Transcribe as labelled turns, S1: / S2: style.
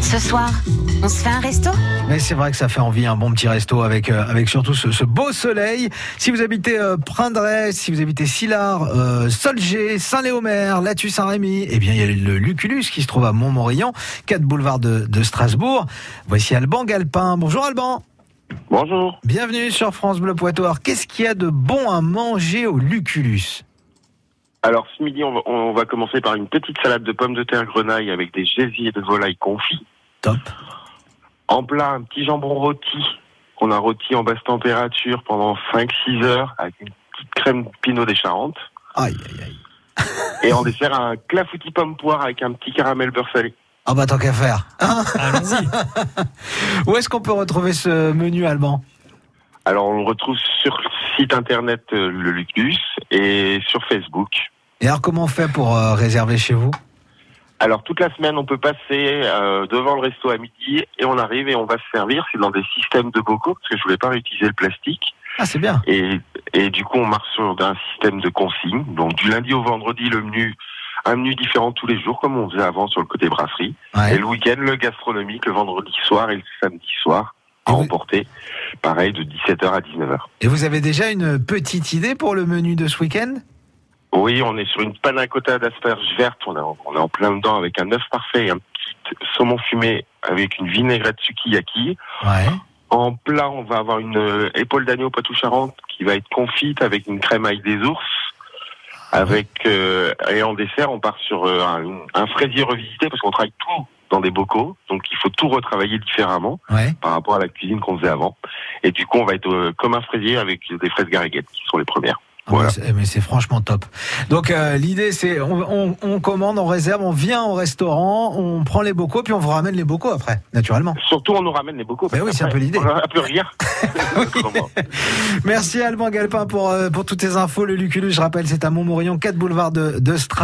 S1: Ce soir, on se fait un resto
S2: Mais c'est vrai que ça fait envie un bon petit resto avec, euh, avec surtout ce, ce beau soleil. Si vous habitez euh, Prindret, si vous habitez Sillard, euh, Solgé, Saint-Léomer, Latu Saint-Rémy, eh bien il y a le Luculus qui se trouve à Montmorillon, 4 boulevard de, de Strasbourg. Voici Alban Galpin. Bonjour Alban.
S3: Bonjour.
S2: Bienvenue sur France Bleu Poitou. Alors, Qu'est-ce qu'il y a de bon à manger au Luculus
S3: Alors ce midi, on va, on va commencer par une petite salade de pommes de terre grenaille avec des gésiers de volaille confits.
S2: Top.
S3: En plat, un petit jambon rôti qu'on a rôti en basse température pendant 5-6 heures avec une petite crème pinot des Charentes.
S2: Aïe, aïe, aïe.
S3: Et en dessert, un clafoutis pomme poire avec un petit caramel beurre salé.
S2: Ah bah tant qu'à faire. Hein
S4: Allons-y.
S2: Où est-ce qu'on peut retrouver ce menu Alban
S3: Alors on le retrouve sur le site internet euh, Le Lucus et sur Facebook.
S2: Et alors comment on fait pour euh, réserver chez vous
S3: Alors toute la semaine, on peut passer euh, devant le resto à midi et on arrive et on va se servir. C'est dans des systèmes de bocaux parce que je voulais pas réutiliser le plastique.
S2: Ah c'est bien.
S3: Et, et du coup, on marche sur un système de consignes. Donc, du lundi au vendredi, le menu, un menu différent tous les jours, comme on faisait avant sur le côté brasserie.
S2: Ouais.
S3: Et le week-end, le gastronomique, le vendredi soir et le samedi soir, à
S2: Et vous-
S3: emporter. Pareil, de 17h à 19h.
S2: Et vous avez déjà une petite idée pour le menu de ce week-end
S3: Oui, on est sur une panna cotta d'asperges vertes. On est, en, on est en plein dedans avec un œuf parfait et un petit saumon fumé avec une vinaigrette sukiyaki.
S2: Ouais.
S3: En plat, on va avoir une euh, épaule d'agneau patou-charente qui va être confite avec une crème ail des ours. Avec euh, et en dessert, on part sur euh, un, un fraisier revisité parce qu'on travaille tout dans des bocaux, donc il faut tout retravailler différemment
S2: Ouais.
S3: par rapport à la cuisine qu'on faisait avant. Et du coup, on va être euh, comme un fraisier avec des fraises gariguettes qui sont les premières.
S2: Ah,
S3: Voilà.
S2: mais c'est- Mais c'est franchement top. Donc euh, l'idée c'est on, on- on commande, on réserve, on vient au restaurant, on prend les bocaux puis on vous ramène les bocaux après, naturellement.
S3: Surtout, on nous ramène les bocaux.
S2: Ben oui, c'est un peu l'idée.
S3: On n'a plus rien. Autrement.
S2: Merci Alban Galpin pour, euh, pour toutes tes infos. Le Luculus, je rappelle, c'est à Montmorillon, 4 boulevard de, de Stra.